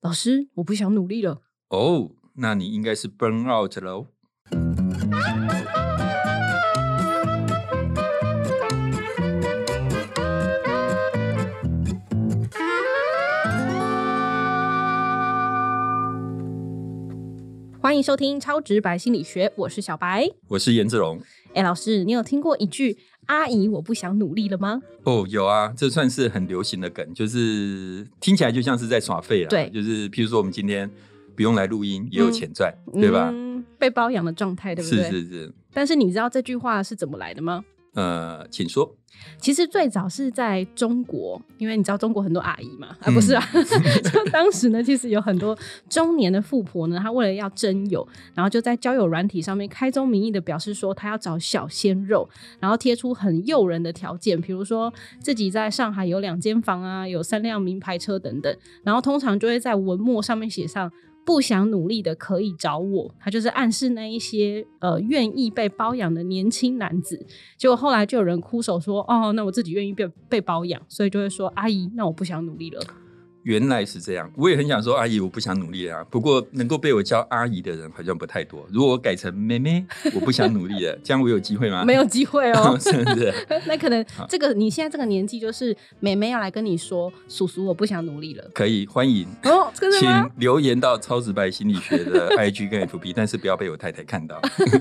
老师，我不想努力了。哦，那你应该是 burn out 哦喽。欢迎收听《超直白心理学》，我是小白。我是颜志龙。哎，老师，你有听过一句“阿姨，我不想努力了”吗？哦，有啊，这算是很流行的梗，就是听起来就像是在耍废啊。对就是譬如说我们今天不用来录音，也有钱赚，对吧？嗯、被包养的状态，对不是对？是是，但是你知道这句话是怎么来的吗？呃，请说。其实最早是在中国，因为你知道中国很多阿姨嘛，啊不是啊， 就当时呢，其实有很多中年的富婆呢，她为了要真友，然后就在交友软体上面开宗明义的表示说她要找小鲜肉，然后贴出很诱人的条件，比如说自己在上海有两间房啊，有三辆名牌车等等，然后通常就会在文末上面写上。不想努力的可以找我，他就是暗示那一些呃愿意被包养的年轻男子，结果后来就有人哭手说：“哦，那我自己愿意被被包养，所以就会说阿姨，那我不想努力了。原来是这样，我也很想说阿姨，我不想努力啊。不过能够被我叫阿姨的人好像不太多。如果我改成妹妹，我不想 努力了，这样我有机会吗？。没有机会哦 是不是？那可能啊这个你现在这个年纪，就是妹妹要来跟你说，叔叔我不想努力了。可以欢迎，哦，真的请吗？留言到超直白心理学的 IG 跟 FB，但是不要被我太太看到。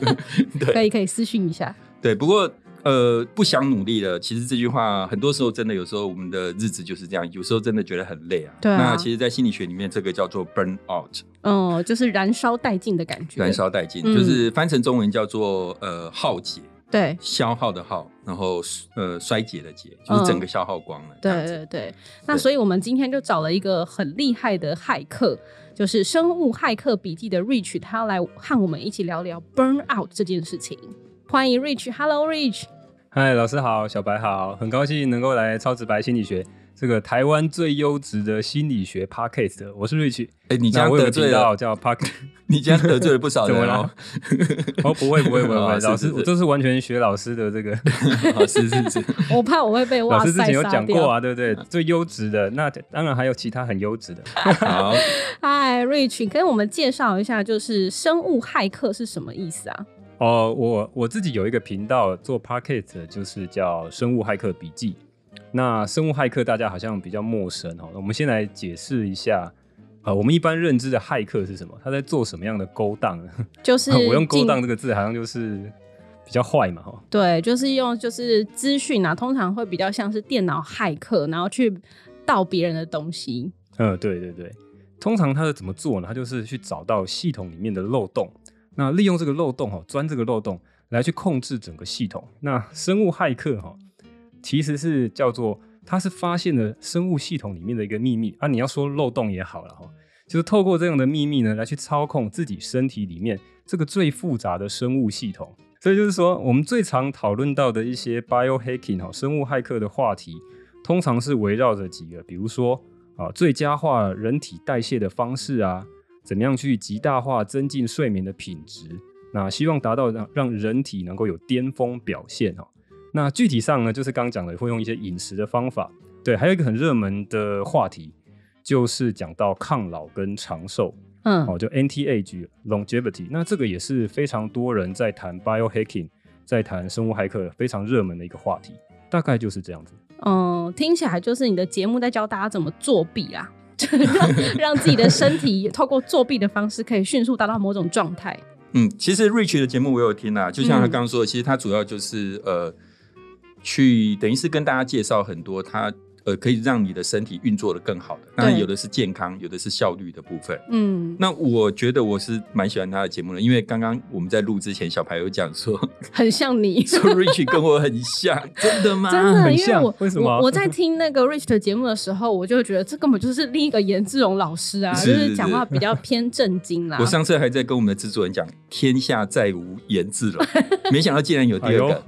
可对以可以私讯一下。对，不过呃，不想努力了。其实这句话很多时候真的，有时候我们的日子就是这样，有时候真的觉得很累啊。对啊那其实，在心理学里面，这个叫做 burn out，嗯，就是燃烧殆尽的感觉。燃烧殆尽，嗯就是翻成中文叫做呃耗竭。对。消耗的耗，然后呃衰竭的竭，就是整个消耗光了。这样对子对对，那对所以我们今天就找了一个很厉害的骇客，就是《生物骇客笔记》的 Rich，他要来和我们一起聊聊 burn out 这件事情。欢迎 Rich，Hello Rich。嗨，老师好，小白好，很高兴能够来超直白心理学这个台湾最优质的心理学 podcast，我是 Rich。哎，你这那样我得有个罪频了道，叫 podcast，你这样得罪了不少人怎么哦 了。哦，不会不会 不会不啊会，是老是师，是我这是完全学老师的这个， 啊是是 是， 我怕我会被哇老师之塞前有杀讲掉过。啊，对不对？最优质的，那当然还有其他很优质的。好。嗨，Rich，跟我们介绍一下，就是生物骇客是什么意思啊？哦，我我自己有一个频道做 podcast，就是叫《生物骇客笔记》。那生物骇客大家好像比较陌生哦，我们先来解释一下，呃，我们一般认知的骇客是什么？他在做什么样的勾当 呢？就是我用勾进当这个字，好像就是比较坏嘛，哦哈。对，就是用就是资讯啊，通常会比较像是电脑骇客，然后去盗别人的东西。嗯，对对对，通常他是怎么做呢？他就是去找到系统里面的漏洞，那利用这个漏洞哈、哦，钻这个漏洞来去控制整个系统。那生物骇客哈、哦，其实是叫做他是发现了生物系统里面的一个秘密啊，你要说漏洞也好了哈、就是透过这样的秘密呢，来去操控自己身体里面这个最复杂的生物系统。所以就是说，我们最常讨论到的一些 biohacking 哦，生物骇客的话题，通常是围绕着几个，比如说啊，最佳化人体代谢的方式啊，怎么样去极大化增进睡眠的品质，那希望达到让让人体能够有巅峰表现哦。那具体上呢，就是刚讲的会用一些饮食的方法，对，还有一个很热门的话题，就是讲到抗老跟长寿嗯，哦，就 anti age longevity。那这个也是非常多人在谈 biohacking，在谈生物骇客非常热门的一个话题，大概就是这样子。嗯，听起来就是你的节目在教大家怎么作弊啊， 就是让让自己的身体透过作弊的方式，可以迅速达到某种状态。嗯，其实 Rich 的节目我有听啊啦、就像他嗯刚刚说的，其实他主要就是呃，去等于是跟大家介绍很多他呃可以让你的身体运作的更好的。那有的是健康，有的是效率的部分。嗯，那我觉得我是蛮喜欢他的节目的，因为刚刚我们在录之前，小朋友讲说 很像你。说 Rich 跟我很像， 真的吗？真的，很因为像我为什么我我在听那个 Rich 的节目的时候，我就觉得这根本就是另一个颜志荣老师啊，是就是是讲话比较偏正经啦啊我。上次还在跟我们的制作人讲“天下再无颜志龙”，没想到竟然有第二个。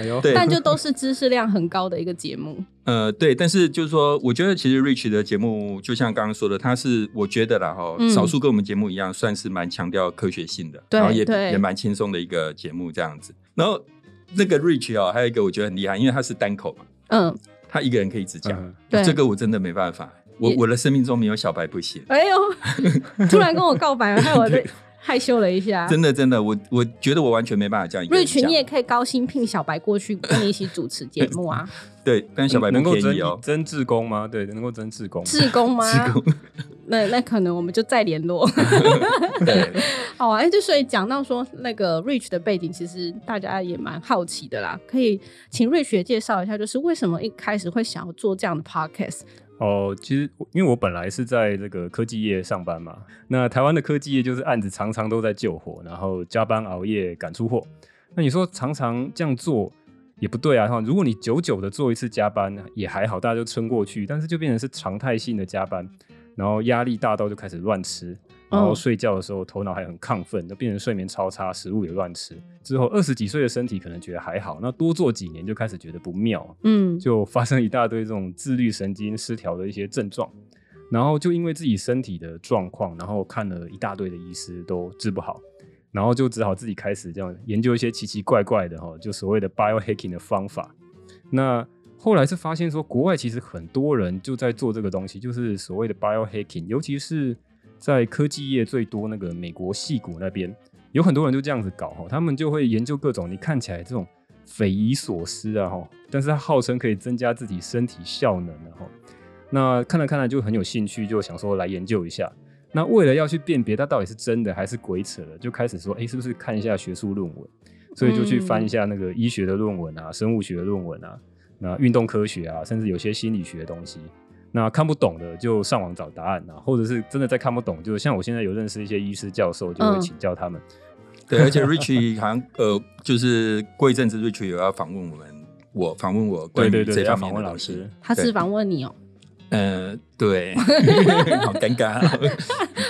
哎呦， 对，但就都是知识量很高的一个节目。呃，对，但是就是说，我觉得其实 Rich 的节目，就像刚刚说的，他是我觉得啦哈，嗯少数跟我们节目一样，算是蛮强调科学性的，对然后也对也蛮轻松的一个节目这样子。然后那个 Rich 哦，还有一个我觉得很厉害，因为他是单口嘛，嗯，他一个人可以只讲，嗯对这个我真的没办法，我也我的生命中没有小白不行，哎呦， 突然跟我告白了，害我这害羞了一下。真的真的，我我觉得我完全没办法这样一个人 Rich，讲你。也可以高薪聘小白过去跟你一起主持节目啊，对，但小白能不够便争宜哦。争志工吗？对，能够争志工吗。志工吗？志工，那那可能我们就再联络。对，好啊，哎、就所以讲到说那个 Rich 的背景，其实大家也蛮好奇的啦。可以请 Rich 也介绍一下，就是为什么一开始会想要做这样的 podcast？哦，其实我因为我本来是在这个科技业上班嘛，那台湾的科技业就是案子常常都在救火，然后加班熬夜赶出货。那你说常常这样做也不对啊，哈！如果你久久的做一次加班也还好，大家就撑过去，但是就变成是常态性的加班，然后压力大到就开始乱吃，然后嗯睡觉的时候头脑还很亢奋，就变成睡眠超差，食物也乱吃。之后二十几岁的身体可能觉得还好，那多做几年就开始觉得不妙，嗯，就发生一大堆这种自律神经失调的一些症状，然后就因为自己身体的状况，然后看了一大堆的医师都治不好，然后就只好自己开始这样研究一些奇奇怪怪的哈，就所谓的 biohacking 的方法。那后来是发现说，国外其实很多人就在做这个东西，就是所谓的 biohacking，尤其是在科技业最多那个美国戏谷那边，有很多人就这样子搞哈，他们就会研究各种你看起来这种匪夷所思啊哈，但是他号称可以增加自己身体效能啊哈。那看了看了就很有兴趣，就想说来研究一下。那为了要去辨别它到底是真的还是鬼扯的，就开始说，哎、是不是看一下学术论文？所以就去翻一下那个医学的论文啊、生物学的论文啊、那运动科学啊，甚至有些心理学的东西。那看不懂的就上网找答案啊，或者是真的再看不懂，就像我现在有认识一些医师教授，就会嗯请教他们。对，而且 Rich 好像呃，就是过一阵子 Rich 有要访问我们，我访问我关对于对对，这要方访面问的老东西师。。他是访问你哦、呃， 对，好尴尬哦。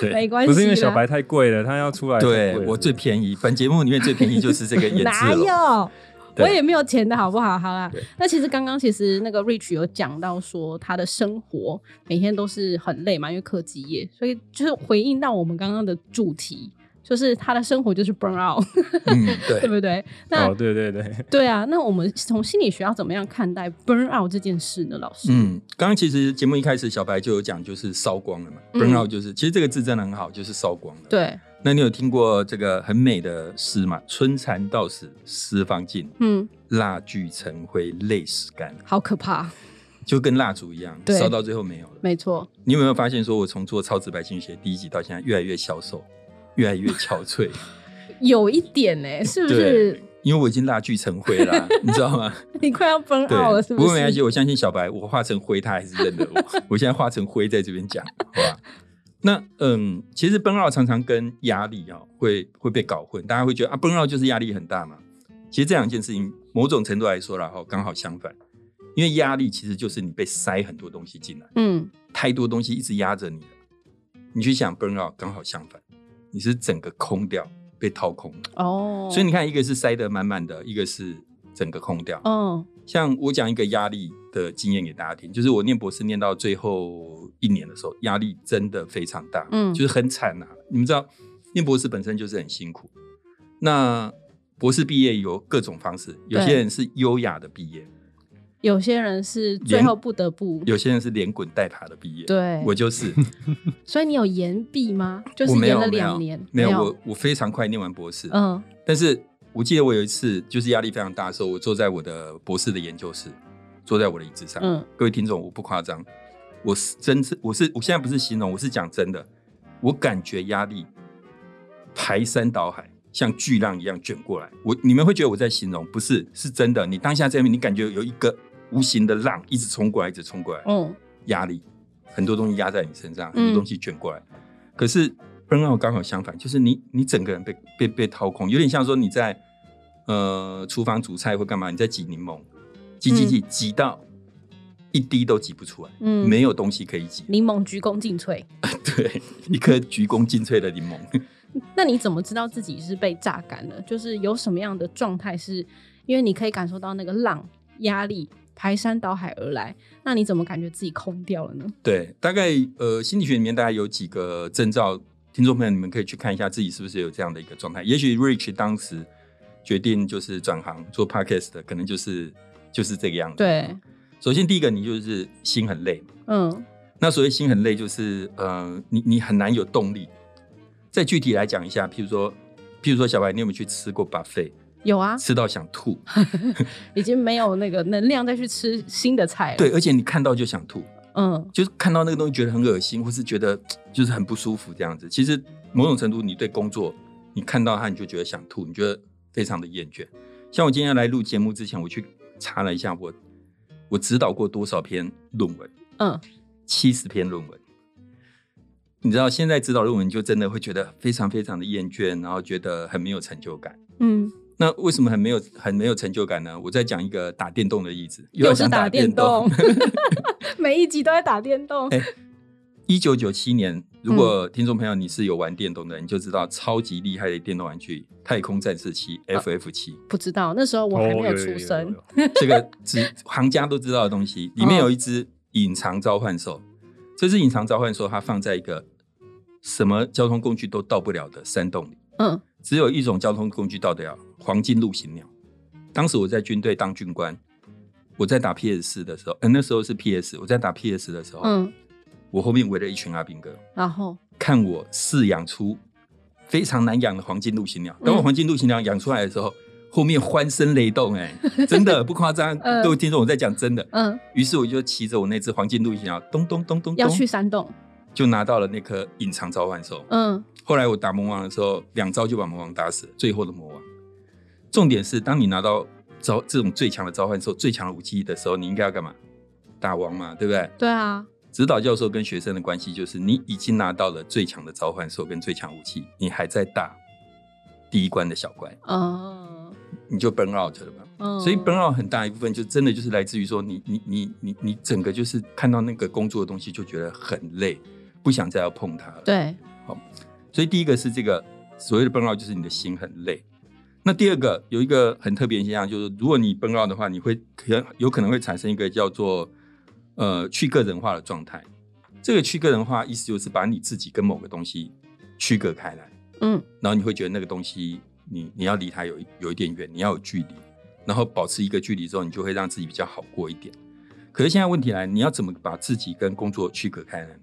对，没关系不啦，是因为小白太贵了，他要出来太贵了。哦对我最便宜，本节目里面最便宜就是 这个演哪字了。有？对我也没有钱的好不好？好啦对，那其实刚刚其实那个 Rich 有讲到说他的生活每天都是很累嘛，因为科技业，所以就是回应到我们刚刚的主题，就是他的生活就是 burn out， 嗯，对对，不对？那、哦，对对对，对啊，那我们从心理学要怎么样看待 burn out 这件事呢？老师，嗯，刚刚其实节目一开始小白就有讲，就是烧光了嘛嗯，burn out 就是，其实这个字真的很好，就是烧光了。对，那你有听过这个很美的诗吗？“春蚕到死丝方尽，嗯，蜡炬成灰泪始干好可怕，”，就跟蜡烛一样，对烧到最后没有了。没错，你有没有发现，说我从做超直白心理学第一集到现在，越来越消瘦，越来越憔悴，有一点呢、是不对是？因为我已经蜡炬成灰了啊，你知道吗？ 你快要 burn 对 out 了，，是不过没是关？系，我相信小白，我化成灰，他还是认得我。 我现在化成灰在这边讲，好吧？那嗯，其实崩绕常常跟压力哦会会被搞混，大家会觉得啊，崩绕就是压力很大嘛。其实这两件事情，某种程度来说啦，哈，刚好相反，因为压力其实就是你被塞很多东西进来，嗯，太多东西一直压着你了。你去想崩绕，刚好相反，你是整个空掉，被掏空了。哦，所以你看，一个是塞得满满的，一个是整个空掉。嗯，像我讲一个压力的经验给大家听，就是我念博士念到最后一年的时候，压力真的非常大，嗯就是很惨啊。你们知道，念博士本身就是很辛苦。那博士毕业有各种方式，有些人是优雅的毕业，有些人是最连后不得不有些人是连滚带爬的毕业。对，我就是，所以你有延毕吗？就是我没延有了没两有年，没有，我我非常快念完博士，嗯但是我记得我有一次就是压力非常大的时候，我坐在我的博士的研究室，坐在我的椅子上，嗯各位听众，我不夸张，我是真是我是我现在不是形容，我是讲真的，我感觉压力排山倒海，像巨浪一样卷过来。我你们会觉得我在形容，不是，是真的。你当下在面，你感觉有一个无形的浪一直冲过来，一直冲过来，嗯，压力，很多东西压在你身上，嗯很多东西卷过来。可是 burnout 刚好相反，就是你你整个人被被被掏空，有点像说你在呃厨房煮菜或干嘛，你在挤柠檬，挤挤挤挤到一滴都挤不出来，嗯没有东西可以挤，柠檬鞠躬尽瘁。对，一颗鞠躬尽瘁的柠檬。那你怎么知道自己是被榨干了？就是有什么样的状态是，因为你可以感受到那个浪压力排山倒海而来，那你怎么感觉自己空掉了呢？对，大概呃心理学里面大概有几个征兆，听众朋友你们可以去看一下自己是不是有这样的一个状态。也许 Rich 当时决定就是转行做 Podcast，的可能就是就是这个样子。对，首先第一个你就是心很累嘛，嗯那所谓心很累，就是呃，你你很难有动力。再具体来讲一下，譬如说，譬如说，小白，你有没有去吃过 buffet？有啊，吃到想吐，已经没有那个能量再去吃新的菜了。对，，而且你看到就想吐，嗯，就是看到那个东西觉得很恶心，或是觉得就是很不舒服这样子。其实某种程度，你对工作，你看到它你就觉得想吐，你觉得非常的厌倦。像我今天要来录节目之前，我去查了一下我我指导过多少篇论文，嗯，七十篇论文。你知道现在指导论文就真的会觉得非常非常的厌倦，然后觉得很没有成就感。嗯，那为什么很没有很没有成就感呢？我再讲一个打电动的例子，又要是想打电动。， 哎每一集都在打电动。一九九七年，如果听众朋友你是有玩电动的，你就知道超级厉害的电动玩具《太空战士七》（FF 七》，不知道那时 候我还没哦出生，，这个只行家都知道的东西。里面有一只隐藏召唤兽，这只隐藏召唤兽它放在一个什么交通工具都到不了的山洞里，嗯只有一种交通工具到得了——黄金陆行鸟。当时我在军队当军官，我在打 PS 四的时候，嗯、那时候是 PS，我在打 PS 的时候，嗯，我后面围了一群阿兵哥。然后看我饲养出非常难养的黄金陆行鸟。嗯当我黄金陆行鸟养出来的时候，后面欢声雷动、 哎，真的不夸张，嗯各位听众我在讲真的。嗯，于是我就骑着我那只黄金陆行鸟，咚咚咚咚咚，要去山洞，就拿到了那颗隐藏召唤兽。嗯后来我打魔王的时候，两招就把魔王打死了，最后的魔王。重点是，当你拿到召这种最强的召唤兽、最强的武器的时候，你应该要干嘛？打王嘛，对不对？对啊，指导教授跟学生的关系就是，你已经拿到了最强的召唤兽跟最强武器，你还在打第一关的小怪，嗯你就 burn out 了嘛。嗯，所以 burn out 很大一部分就真的就是来自于说你，你你你你整个就是看到那个工作的东西就觉得很累，不想再要碰它了。，对，所以第一个是这个所谓的 burn out，就是你的心很累。那第二个有一个很特别的现象，就是如果你 burn out 的话，你会可有可能会产生一个叫做呃去个人化的状态。这个去个人化意思就是把你自己跟某个东西区隔开来，嗯然后你会觉得那个东西你你要离它有一有一点远，你要有距离，然后保持一个距离之后，你就会让自己比较好过一点。可是现在问题来，你要怎么把自己跟工作区隔开来呢？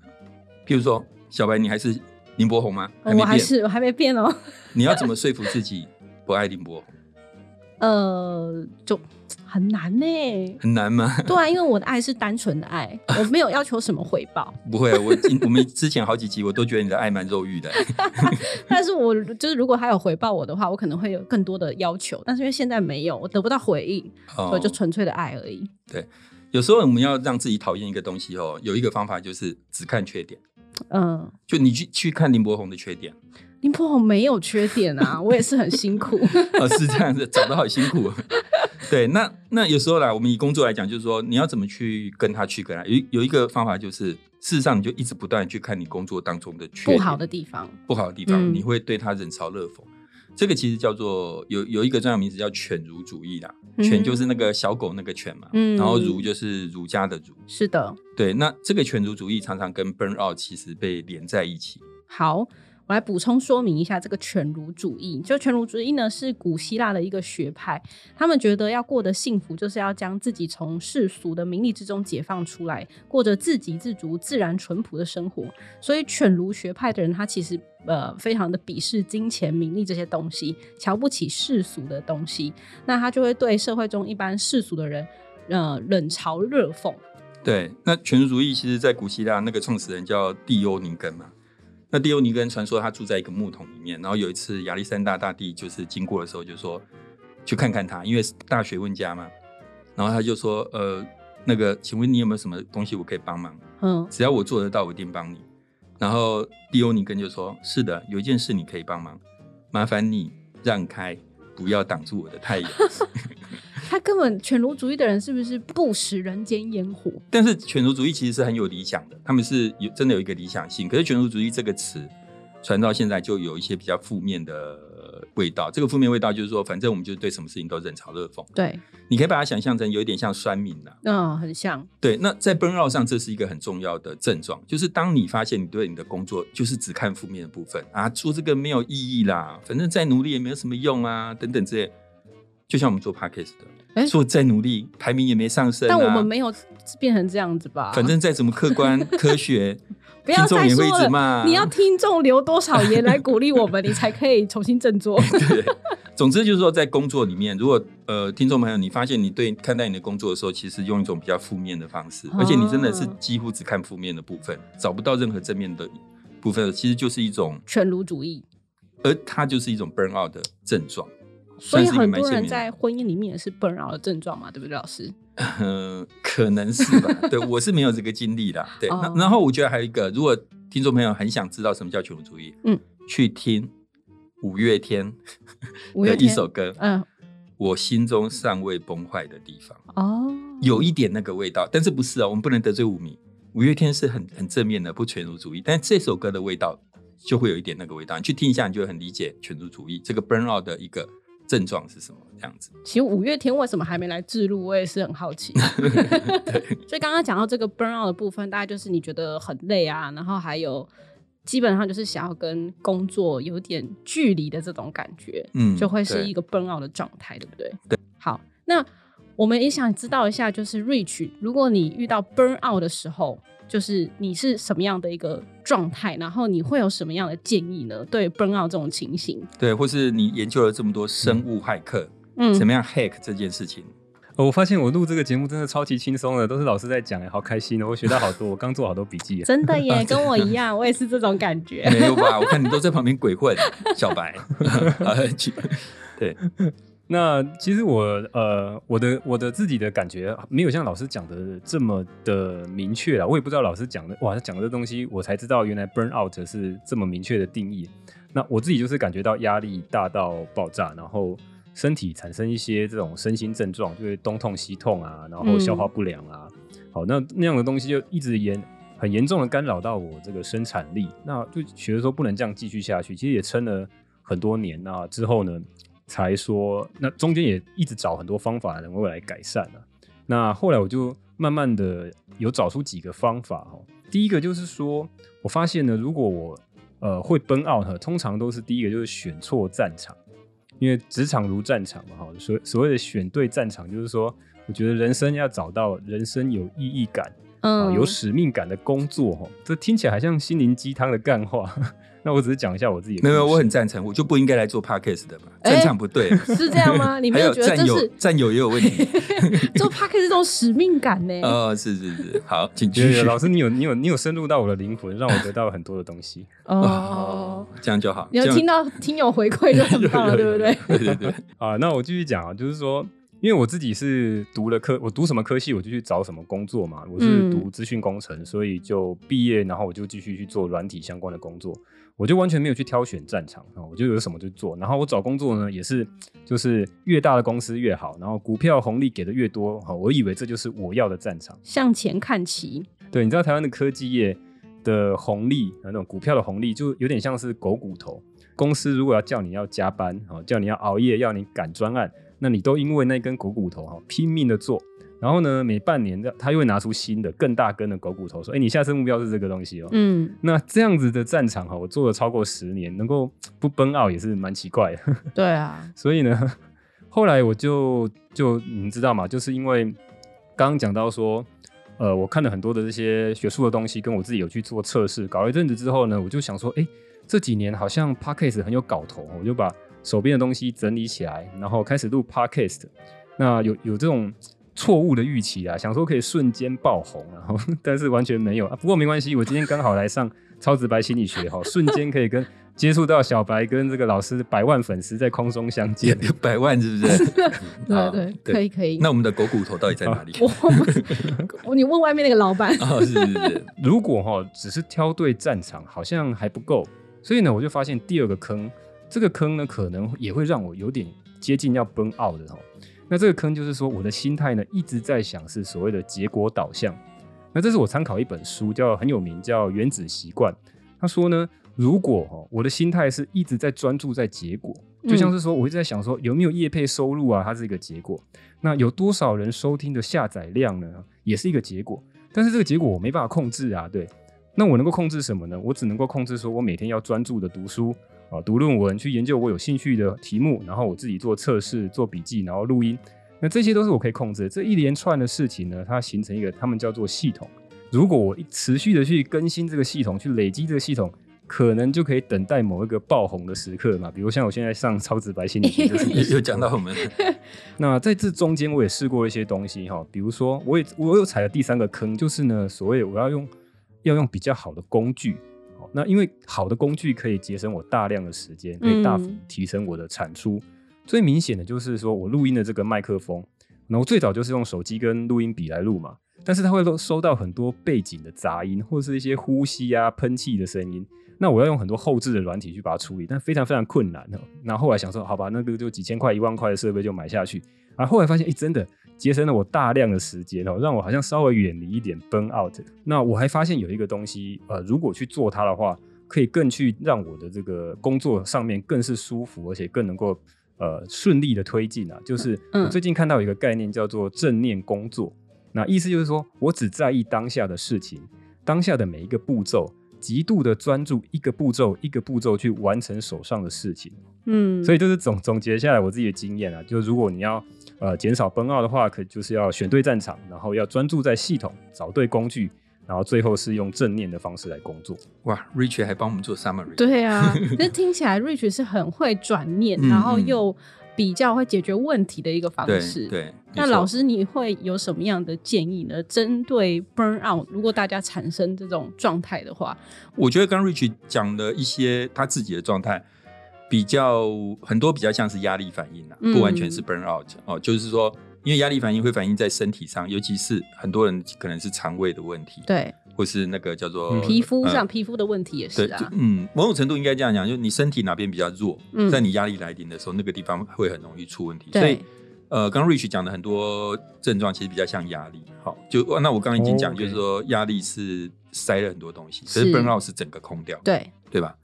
譬如说，小白，你还是林柏宏吗？还没哦我还变。是我还没变哦，你要怎么说服自己不爱林柏宏？呃，就很难呢。很难 吗？对啊，因为我的爱是单纯的爱，我没有要求什么回报， 不会，啊我今我们之前好几集我都觉得你的爱蛮肉 欲的。但是我就是如果他有回报我的话，我可能会有更多的要求，但是因为现在没有，我得不到回应，所哦以就纯粹的爱而已。有时候我们要让自己讨厌一个东西哦，有一个方法就是只看缺点，嗯，就你去去看林柏宏的缺点，林柏宏没有缺点啊，我也是很辛苦。呃，是这样子，找的好 辛苦。哦对，那那有时候啦，我们以工作来讲，就是说你要怎么去跟他去跟他，有一有一个方法就是，事实上你就一直不断地去看你工作当中的 缺不点好的地方，不好的地方，嗯你会对他冷嘲热讽。这个其实叫做有有一个专有名词叫犬儒主义啦，嗯犬就是那个小狗那个犬嘛，嗯然后儒就是儒家的儒。是的。对，那这个犬儒主义常常跟 burn out 其实被连在一起。好，我来补充说明一下这个犬儒主义。就犬儒主义呢，是古希腊的一个学派，他们觉得要过得幸福，就是要将自己从世俗的名利之中解放出来，过着自给自足、自然淳朴的生活。所以，犬儒学派的人，他其实呃非常的鄙视金钱、名利这些东西，瞧不起世俗的东西。那他就会对社会中一般世俗的人，呃，冷嘲热讽。对，那犬儒主义其实在古希腊那个创始人叫蒂欧尼根嘛。那蒂欧尼根传说他住在一个木桶里面，然后有一次亚历山大大帝就是经过的时候就说去看看他，因为是大学问家嘛。然后他就说呃那个，请问你有没有什么东西我可以帮忙？嗯只要我做得到，我一定帮你。然后蒂欧尼根就说：“是的，有一件事你可以帮忙，麻烦你让开，不要挡住我的太阳。他根本犬儒主义的人是不是不食人间烟火？”但是犬儒主义其实是很有理想的，他们是有真的有一个理想性。可是犬儒主义这个词传到现在，就有一些比较负面的味道。这个负面味道就是说，反正我们就对什么事情都冷嘲热讽。对，你可以把它想象成有一点像酸民啊啦、嗯，很像，对，那在 burnout 上，这是一个很重要的症状，就是当你发现你对你的工作就是只看负面的部分啊，做这个没有意义啦，反正再努力也没有什么用啊，等等之类。就像我们做 podcast 的，诶做再努力，排名也没上升、啊。但我们没有变成这样子吧。反正再怎么客观科学，啊 不要听众再也说会一直了，骂。 你要听众留多少言来鼓励我们，你才可以重新振 作。对，总之就是说，在工作里面，如果呃，听众朋友，你发现你对看待你的工作的时候，其实用一种比较负面的方哦式，而且你真的是几乎只看负面的部分，找不到任何正面的部分，其实就是一种，犬儒主义，而它就是一种 burn out 的症状。所算以是一个很蛮多鲜人明的，在婚姻里面也是 burnout 的症状嘛，对不对，老师？嗯、可能是 吧。对我是没有这个经历啦。对，哦那然后我觉得还有一个，如果听众朋友很想知道什么叫全主义，嗯，去听五月天五月的一天首歌，嗯，我心中尚未崩坏的地方。哦，有一点那个味道，但是不是啊？我们不能得罪舞迷。五月天是很很正面的，不犬儒主义，但这首歌的味道就会有一点那个味道。你去听一下，你就会很理解犬儒主义这个 burnout 的一个症状是什么这样子。其实五月天为什么还没来置入，我也是很好 奇。 所以刚刚讲到这个 burnout 的部分，大概就是你觉得很累啊，然后还有基本上就是想要跟工作有点距离的这种感觉，嗯就会是一个个 burnout 的状态，对不对？对。好，那我们也想知道一下，就是 Rich，如果你遇到 burnout 的时候，就是你是什么样的一个状态，然后你会有什么样的建议呢？对 burnout 这种情形，对，或是你研究了这么多生物骇客，嗯怎么样 hack 这件事情？哦我发现我录这个节目真的超级轻松的，都是老师在讲，哎好开心哦！我学到好多，我刚做好多笔记。啊真的耶，跟我一样，我也是这种感 觉。嗯没有吧？我看你都在旁边鬼混，小白。呃去对，那其实我呃，我的我的自己的感觉啊没有像老师讲的这么的明确啦，我也不知道老师讲的哇，他讲的这东西，我才知道原来 burn out 是这么明确的定义。那我自己就是感觉到压力大到爆炸，然后身体产生一些这种身心症状，就是东痛西痛啊，然后消化不良啊。好，那那样的东西就一直严很严重的干扰到我这个生产力，那就觉得说不能这样继续下去。其实也撑了很多年啊，之后呢，才说那中间也一直找很多方法能够来改善啊。那后来我就慢慢的有找出几个方法哦。第一个就是说，我发现呢，如果我呃会奔 out，哈通常都是第一个就是选错战场，因为职场如战场嘛哈，所所谓的选对战场，就是说，我觉得人生要找到人生有意义感哦啊、嗯，有使命感的工作哈，这听起来好像心灵鸡汤的干话。 那我只是讲一下我自己的故没事，有，没有我很赞成，我就不应该来做 podcast 的嘛，哎战场不对。是这样 吗？你没还有有觉得战这友是，战友也有问题。做 p a c k 这种使命感呢？哦，是是是，好，请有继续有。老师，你有你有你有深入到我的灵魂，让我得到很多的东西。哦，这样就好。你有这样听到听友回馈 就很棒了，对不对？对对对，啊，那我继续讲啊，就是说，因为我自己是读了科，我读什么科系我就去找什么工作嘛。我是嗯读资讯工程，所以就毕业，然后我就继续去做软体相关的工作，我就完全没有去挑选战场啊，我就有什么就做。然后我找工作呢，也是就是越大的公司越好，然后股票红利给的越多啊，我以为这就是我要的战场。向前看齐，对，你知道台湾的科技业的红利，呃那种股票的红利，就有点像是狗骨头。公司如果要叫你要加班，哦，叫你要熬夜，要你赶专案，那你都因为那根狗骨头哈、哦、拼命的做。然后呢，每半年的他又会拿出新的更大根的狗骨头，说：“哎，你下次目标是这个东西哦。嗯，那这样子的战场哈、哦，我做了超过十年，能够不崩傲也是蛮奇怪的。 对啊，所以呢，后来我就就你知道吗？就是因为刚刚讲到说，呃，我看了很多的这些学术的东西，跟我自己有去做测试，搞了一阵子之后呢，我就想说，哎、这几年好像 podcast 很有搞头，哦我就把手边的东西整理起来，然后开始录 podcast。那有有这种错误的预期啊，想说可以瞬间爆红，然后 但是完全没有啊。不过没关系，我今天刚好来上超直白心理学哈，瞬间可以跟接触到小白跟这个老师百万粉丝在空中相见。有百万是不是？对好对，可以。可以。那我们的狗骨头到底在哪里？ 我不是我 你问外面那个老 板，哦，是是是，如果哈、只是挑对战场，好像还不够，所以呢，我就发现第二个坑，这个坑呢可能也会让我有点接近要崩 out 的哦。那这个坑就是说，我的心态呢一直在想是所谓的结果导向。那这是我参考一本书，叫很有名，叫《原子习惯》。他说呢，如果哈、我的心态是一直在专注在结果，就像是说我一直在想说有没有业配收入啊，它是一个结果。那有多少人收听的下载量呢，也是一个结果。但是这个结果我没办法控制啊，对。那我能够控制什么呢？我只能够控制说我每天要专注的读书啊，读论文，去研究我有兴趣的题目，然后我自己做测试、做笔记，然后录音。那这些都是我可以控制的。这一连串的事情呢，它形成一个他们叫做系统。如果我一持续的去更新这个系统，去累积这个系统，可能就可以等待某一个爆红的时刻嘛。比如像我现在上超直白心理学，就是 又又讲到我们那在这中间，我也试过一些东西哈，比如说，我也我有踩了第三个坑，就是呢，所谓我要用要用比较好的工具。哦那因为好的工具可以节省我大量的时间，可以大幅嗯提升我的产出。最明显的就是说我录音的这个麦克风，那我最早就是用手机跟录音笔来录嘛，但是它会收收到很多背景的杂音，或是一些呼吸啊、喷气的声音。那我要用很多后置的软体去把它处理，但非常非常困难哦。那后来想说，好吧，那个就几千块、一万块的设备就买下去。啊，后来发现，哎、真的节省了我大量的时间哦，让我好像稍微远离一点 burn out。那我还发现有一个东西，呃，如果去做它的话，可以更去让我的这个工作上面更是舒服，而且更能够呃顺利的推进啊。就是嗯我最近看到一个概念叫做正念工作，那意思就是说我只在意当下的事情，当下的每一个步骤。极度的专注一个步骤一个步骤去完成手上的事情，嗯，所以就是总总结下来我自己的经验啊，就如果你要呃减少崩奥的话，可就是要选对战场，然后要专注在系统，找对工具，然后最后是用正念的方式来工作。哇，Rich 还帮我们做 summary，，对 啊，这听起来 Rich 是很会转念，嗯然后嗯又比较会解决问题的一个方式。对对。那没错老师，你会有什么样的建议呢？针对 burn out，如果大家产生这种状态的话，我觉得刚 Rich 讲了一些他自己的状态，比较很多比较像是压力反应啊，嗯不完全是 burn out 哦，就是说，因为压力反应会反映在身体上，尤其是很多人可能是肠胃的问题，，对或是那个叫做嗯皮肤嗯上、皮肤的问题也是对，就啊，嗯，某种程度应该这样讲，就是你身体哪边比较弱，嗯在你压力来临的时候，那个地方会很容易出问题。所以对，呃，刚 Rich 讲的很多症状其实比较像压力。好，就那我刚刚已经讲，哦，OK 就是说压力是塞了很多东西，可是是 burnout 是整个空掉，对，对吧？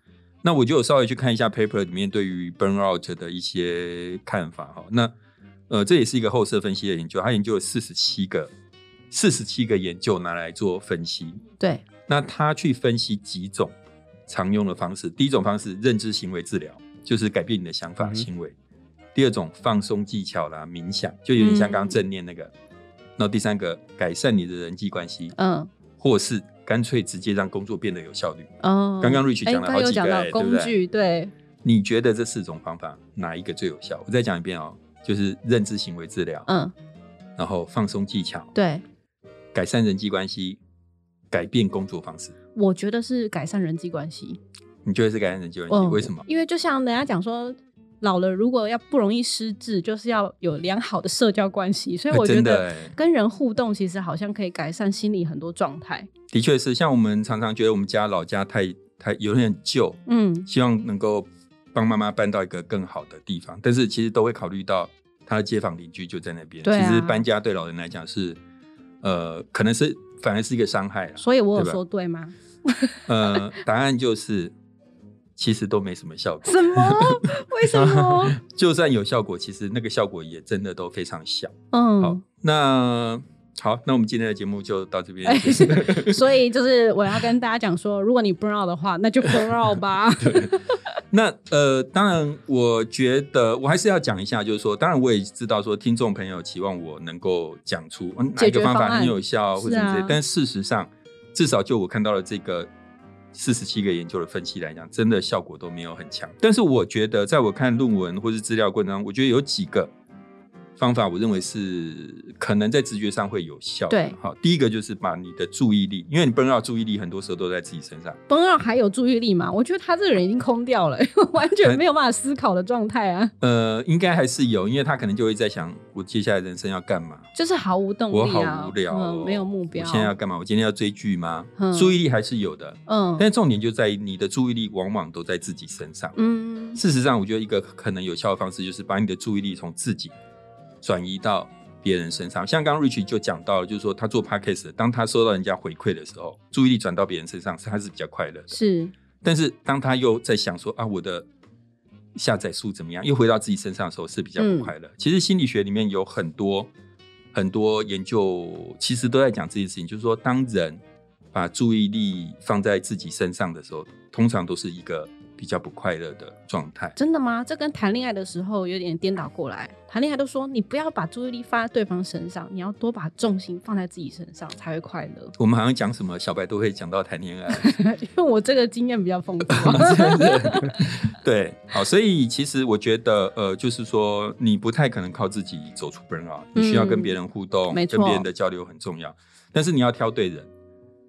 那我就有稍微去看一下 paper 里面对于 burnout 的一些看法哈。那呃，这也是一个后设分析的研究，他研究了四十七个四十七个研究拿来做分析，对，那他去分析几种常用的方式，第一种方式认知行为治疗，就是改变你的想法、嗯哼行为；第二种放松技巧啦，冥想，就有点像刚刚正念那个；嗯然后第三个改善你的人际关系，嗯或是干脆直接让工作变得有效率。嗯。刚刚 Rich 哎讲了好刚有几个、讲到哎对不工具，对？对，你觉得这四种方法哪一个最有效？我再讲一遍哦，就是认知行为治疗，嗯，然后放松技巧，对，改善人际关系，改变工作方式。我觉得是改善人际关系。你觉得是改善人际哦关系？为什么？嗯因为就像人家讲说，老了如果要不容易失智，就是要有良好的社交关系。所以哎我觉真的得哎跟人互动，其实好像可以改善心理很多状态。的确是，像我们常常觉得我们家老家太太有点旧，嗯，希望能够帮妈妈搬到一个更好的地方，但是其实都会考虑到她的街坊邻居就在那边。对啊其实搬家对老人来讲是，呃，可能是反而是一个伤害啦。所以我有对吧说对吗？ 呃，答案就是其实都没什么效果，什么？为什 么？就算有效果，其实那个效果也真的都非常小。好嗯，，那好，那我们今天的节目就到 这边 哎结束。所以就是我要跟大家讲说，如果你不 u r 的话，那就不 u r 吧。 那呃，当然，我觉得我还是要讲一下，就是说，当然我也知道说，听众朋友期望我能够讲出嗯哪解一决个方方法案很有效或者什么之类是啊的，但事实上，至少就我看到了这个四十七个研究的分析来讲，真的效果都没有很强。但是我觉得，在我看论文或是资料过程当中，我觉得有几个方法，我认为是可能在直觉上会有效的。对好，第一个就是把你的注意力，因为你不能让注意力很多时候都在自己身上。崩二还有注意力吗？我觉得他这个人已经空掉了， 完哎全没有办法思考的状态啊，呃，应该还是有，因为他可能就会在想，我接下来人生要干嘛？就是毫无动我力好啊，无聊、哦嗯，没有目标。我现在要干嘛？我今天要追剧吗？嗯注意力还是有的，嗯但重点就在于你的注意力往往都在自己身上。嗯，事实上，我觉得一个可能有效的方式就是把你的注意力从自己转移到别人身上。像刚刚 Rich 就讲到了，就是说他做 podcast，的当他收到人家回馈的时候，注意力转到别人身上，是他是比较快乐的。是但是当他又在想说啊，我的下载数怎么样，又回到自己身上的时候是比较不快乐。其实心理学里面有很多很多研究，其实都在讲这件事情，就是说，当人把注意力放在自己身上的时候，通常都是一个比较不快乐的状态。真的吗？这跟谈恋爱的时候有点颠倒过来。谈恋爱都说你不要把注意力放在对方身上，你要多把重心放在自己身上才会快乐。 我们好像讲什么小白都会讲到谈恋爱，因为我这个经验比较 丰富啊，真的对，好，所以其实我觉得，呃，就是说你不太可能靠自己走出 burnout，你需要跟别人互动，嗯没错跟别人的交流很重要，但是你要挑对人，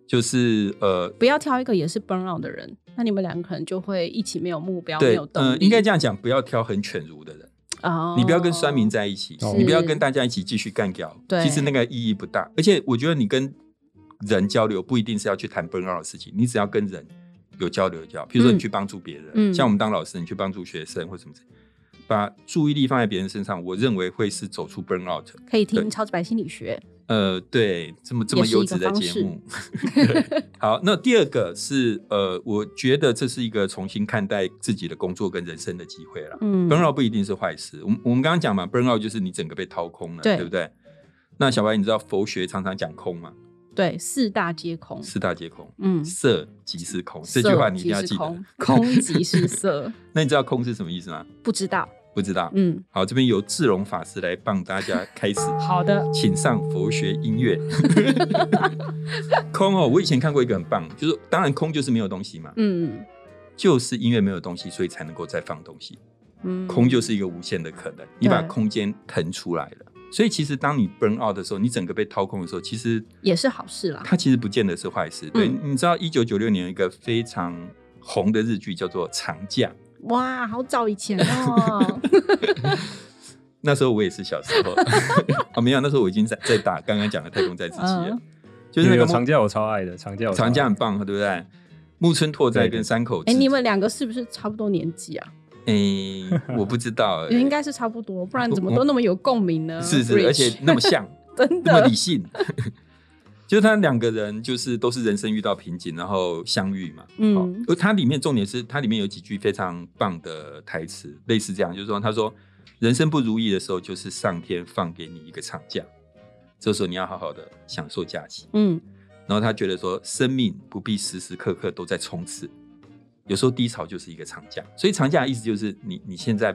就是呃，不要挑一个也是 burn out 的人，那你们两个可能就会一起没有目标，没对有，动力。嗯，应该这样讲，不要挑很犬儒的人，哦，你不要跟酸民在一起是，你不要跟大家一起继续干掉，对其实那个意义不大。而且我觉得你跟人交流不一定是要去谈 burnout 的事情，你只要跟人有交流就好。比如说你去帮助别人，嗯像我们当老师，你去帮助学生或什么之类，把注意力放在别人身上，我认为会是走出 burnout。可以听对《超级白心理学呃，对，这么这么也是一优个质的节目。 对好，那第二个是呃，我觉得这是一个重新看待自己的工作跟人生的机会啦。》。嗯 burnout 不一定是坏事。我们我们刚刚讲嘛，burnout 就是你整个被掏空了，对对不对？那小白，你知道佛学常常讲空嘛？对四大皆空，四大皆空，嗯，色即是空，这色句话你一即定要是记得 空。空即是色，那你知道空是什么意思吗？不知道，不知道。嗯，好，这边由智容法师来帮大 家开始，好的，请上佛学 音乐。空哦，我以前看过一个很棒，就是当然空就是没有东西嘛，嗯就是因为没有东西，所以才能够再放东西。嗯，空就是一个无限的可能，你把对空间腾出来了。所以其实当你 burn out 的时候，你整个被掏空的时候，其实也是好事啦。它其实不见得是坏事。对，嗯你知道一九九六年有一个非常红的日剧叫做《长假》，哇，好早以前 哦，那时候我也是小时 候，哦没有，那时候我已经在在打刚刚讲的《太空战士七》了嗯，就是那个有有木长假我超爱的，长假我超爱长假很棒，对不对？木村拓哉对对跟山口智，哎，你们两个是不是差不多年纪啊？哎，我不知道， 哎应该是差不多，不然怎么都那么有共鸣呢？是是， Rich 而且那么像。真那么的理性。 就是他两个人，就是都是人生遇到瓶颈，然后相遇嘛。嗯好而它里面重点是，它里面有几句非常棒的台词，类似这样，就是说，他说，人生不如意的时候，就是上天放给你一个长假，这时候你要好好的享受假期。嗯，然后他觉得说，生命不必时时刻刻都在冲刺，有时候低潮就是一个长假。所以长假的意思就是你你现在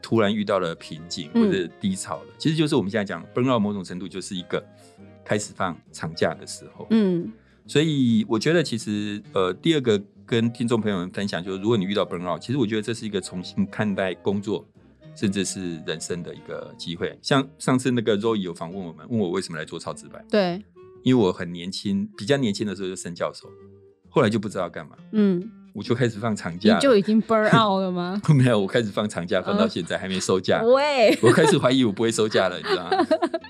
突然遇到了瓶颈嗯或者低潮了，其实就是我们现在讲 burnout 某种程度就是一个开始放长假的时候。嗯所以我觉得其实呃，第二个跟听众朋友们分享就是，如果你遇到 burnout，其实我觉得这是一个重新看待工作。甚至是人生的一个机会，像上次那个 Roy 有访问我们，问我为什么来做超直白，对，因为我很年轻，比较年轻的时候就升教授，后来就不知道干嘛，嗯，我就开始放长你假了。就已哦经 burn out 了吗？没有，我开始放长假，放到现在还没收 假，喂，我开始怀疑我不会收假了，你知道吗？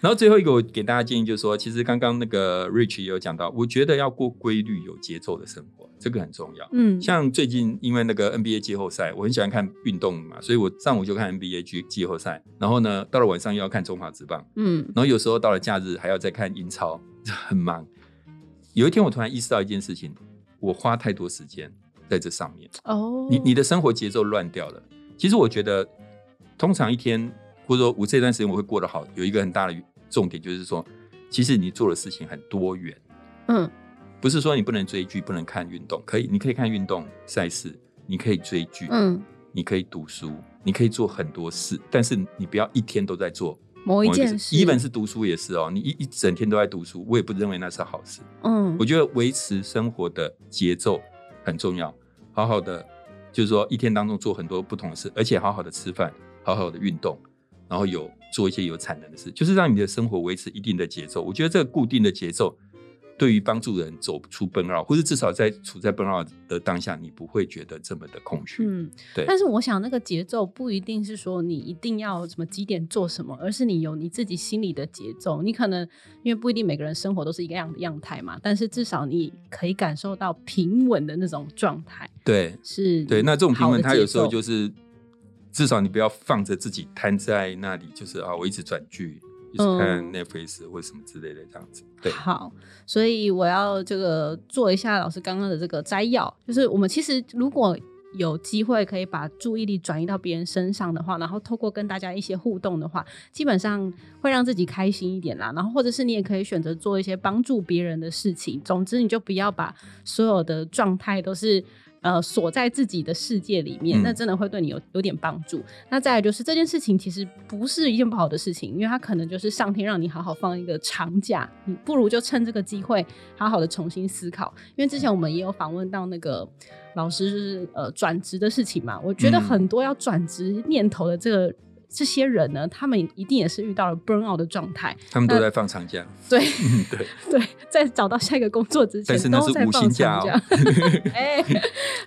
然后最后一个，我给大家建议就是说，其实刚刚那个 Rich 也有讲到，我觉得要过规律、有节奏的生活，这个很重要。嗯，像最近因为那个 NBA 季后赛，我很喜欢看运动嘛，所以我上午就看 NBA 季季后赛，然后呢，到了晚上又要看中华职棒，嗯然后有时候到了假日还要再看英超，很忙。有一天我突然意识到一件事情，我花太多时间在这上面，哦，你你的生活节奏乱掉了。其实我觉得，通常一天或者说我这段时间我会过得好，有一个很大的重点就是说，其实你做的事情很多元，嗯不是说你不能追剧、不能看运动，可以，你可以看运动赛事，你可以追剧，嗯，你可以读书，你可以做很多事，但是你不要一天都在做某一某一件件事事，even 是读书也是哦，你一一整天都在读书，我也不认为那是好事。嗯我觉得维持生活的节奏很重要，好好的就是说一天当中做很多不同的事，而且好好的吃饭，好好的运动，然后有做一些有产能的事，就是让你的生活维持一定的节奏。我觉得这个固定的节奏。对于帮助人走出奔绕，或者至少在处在奔绕的当下，你不会觉得这么的空虚。嗯，对但是我想那个节奏不一定是说你一定要什么几点做什么，而是你有你自己心里的节奏。你可能因为不一定每个人生活都是一个样的样态嘛，但是至少你可以感受到平稳的那种状态对，是。对，那这种嗯平好的衡，它有节时候奏就是，至少你不要放着自己瘫在那里，就是啊，我一直转剧，一直看嗯 Netflix 或什么之类的这样子。对，好，所以我要这个做一下老师刚刚的这个摘要，就是我们其实如果有机会可以把注意力转移到别人身上的话，然后透过跟大家一些互动的话，基本上会让自己开心一点啦。然后或者是你也可以选择做一些帮助别人的事情，总之你就不要把所有的状态都是呃锁在自己的世界里面，嗯那真的会对你有有点帮助。那再来就是这件事情其实不是一件不好的事情，因为它可能就是上天让你好好放一个长假，你不如就趁这个机会好好的重新思考。因为之前我们也有访问到那个老师，就是呃转职的事情嘛，我觉得嗯很多要转职念头的这个。这些人呢，他们一定也是遇到了 burn out 的状态，他们都在放长假， 对嗯，对，对，在找到下一个工作之前但是，那都是在无放薪长假假哦。。哎，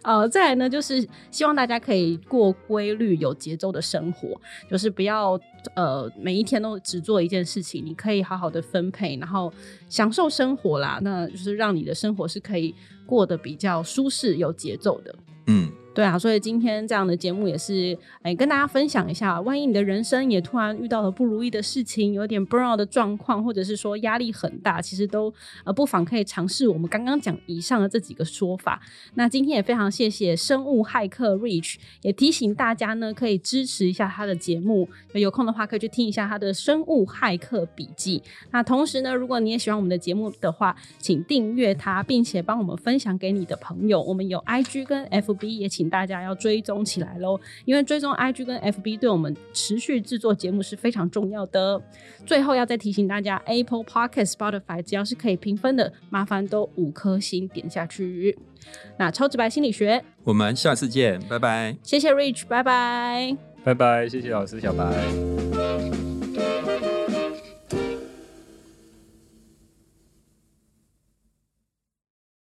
呃，再来呢，就是希望大家可以过规律、有节奏的生活，就是不要呃每一天都只做一件事情，你可以好好的分配，然后享受生活啦。那就是让你的生活是可以过得比较舒适、有节奏的。嗯，对啊，所以今天这样的节目也是，哎，跟大家分享一下，万一你的人生也突然遇到了不如意的事情，有点 burnout 的状况，或者是说压力很大，其实都呃不妨可以尝试我们刚刚讲以上的这几个说法。那今天也非常谢谢生物骇客 Rich，也提醒大家呢可以支持一下他的节目，有空的话可以去听一下他的生物骇客笔记。那同时呢，如果你也喜欢我们的节目的话，请订阅它，并且帮我们分享给你的朋友。我们有 IG 跟 FB，也请大家要追踪起来喽，因为追踪 IG 跟 FB 对我们持续制作节目是非常重要的。最后要再提醒大家，Apple Podcast、Spotify 只要是可以评分的，麻烦都五颗星点下去。那超直白心理学，我们下次见，拜拜。谢谢 Rich，拜拜。拜拜，谢谢老师小白。